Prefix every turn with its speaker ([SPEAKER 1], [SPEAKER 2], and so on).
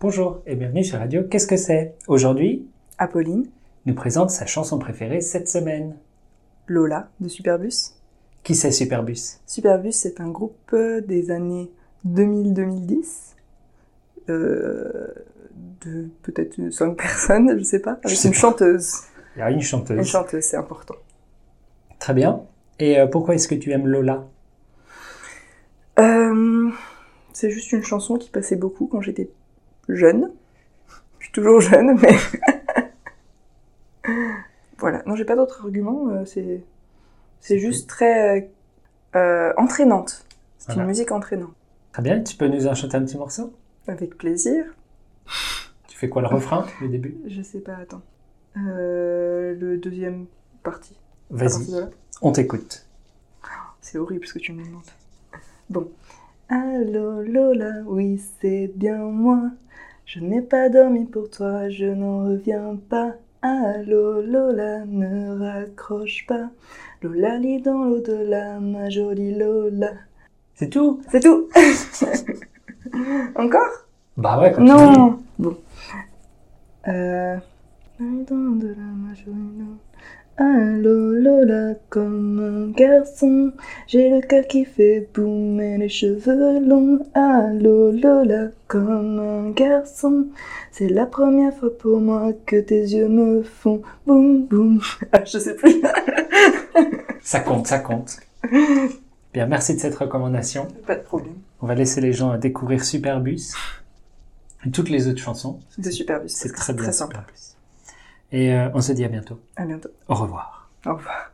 [SPEAKER 1] Bonjour et bienvenue sur Radio Qu'est-ce que c'est Aujourd'hui,
[SPEAKER 2] Apolline,
[SPEAKER 1] nous présente sa chanson préférée cette semaine.
[SPEAKER 2] Lola de Superbus.
[SPEAKER 1] Qui c'est Superbus
[SPEAKER 2] Superbus, c'est un groupe euh, des années 2000-2010, euh, de peut-être 5 personnes, je sais pas,
[SPEAKER 1] Je
[SPEAKER 2] avec
[SPEAKER 1] sais
[SPEAKER 2] une
[SPEAKER 1] pas.
[SPEAKER 2] chanteuse.
[SPEAKER 1] Il y a une
[SPEAKER 2] Une
[SPEAKER 1] chanteuse.
[SPEAKER 2] chanteuse, c'est important.
[SPEAKER 1] Très bien. Et euh, pourquoi est-ce que tu aimes Lola
[SPEAKER 2] Euh, c'est juste une chanson qui passait beaucoup quand j'étais jeune. Je suis toujours jeune, mais. voilà. Non, j'ai pas d'autres arguments. euh, C'est, c'est juste très euh, euh, entraînante. C'est
[SPEAKER 1] Voilà.
[SPEAKER 2] une musique entraînante.
[SPEAKER 1] Très bien, tu peux nous en chanter un petit morceau
[SPEAKER 2] Avec plaisir.
[SPEAKER 1] Tu fais quoi le refrain, le début
[SPEAKER 2] Je sais pas, attends. Euh, le deuxième partie. à partir
[SPEAKER 1] Vas-y,
[SPEAKER 2] de là. Ah,
[SPEAKER 1] on t'écoute.
[SPEAKER 2] C'est horrible ce que tu me demandes. Bon. Allô Lola, oui c'est bien moi. Je n'ai pas dormi pour toi, je n'en reviens pas. Allô Lola, ne raccroche pas. Lola lit dans l'au-delà, ma jolie Lola.
[SPEAKER 1] C'est tout
[SPEAKER 2] C'est tout Encore
[SPEAKER 1] Bah ouais, continue.
[SPEAKER 2] Non Bon. Euh... Dans de la majorino. Allô Lola, comme un garçon, j'ai le cœur qui fait boum et les cheveux longs. Allô Lola, comme un garçon, c'est la première fois pour moi que tes yeux me font boum boum. Ah, je sais plus.
[SPEAKER 1] Ça compte, ça compte. Bien, merci de cette recommandation.
[SPEAKER 2] Pas de problème.
[SPEAKER 1] On va laisser les gens découvrir Superbus et toutes les autres chansons.
[SPEAKER 2] C'était super,
[SPEAKER 1] C'est très bien
[SPEAKER 2] très simple.
[SPEAKER 1] Superbus. Et euh, on se dit à bientôt.
[SPEAKER 2] À bientôt.
[SPEAKER 1] Au revoir.
[SPEAKER 2] Au revoir.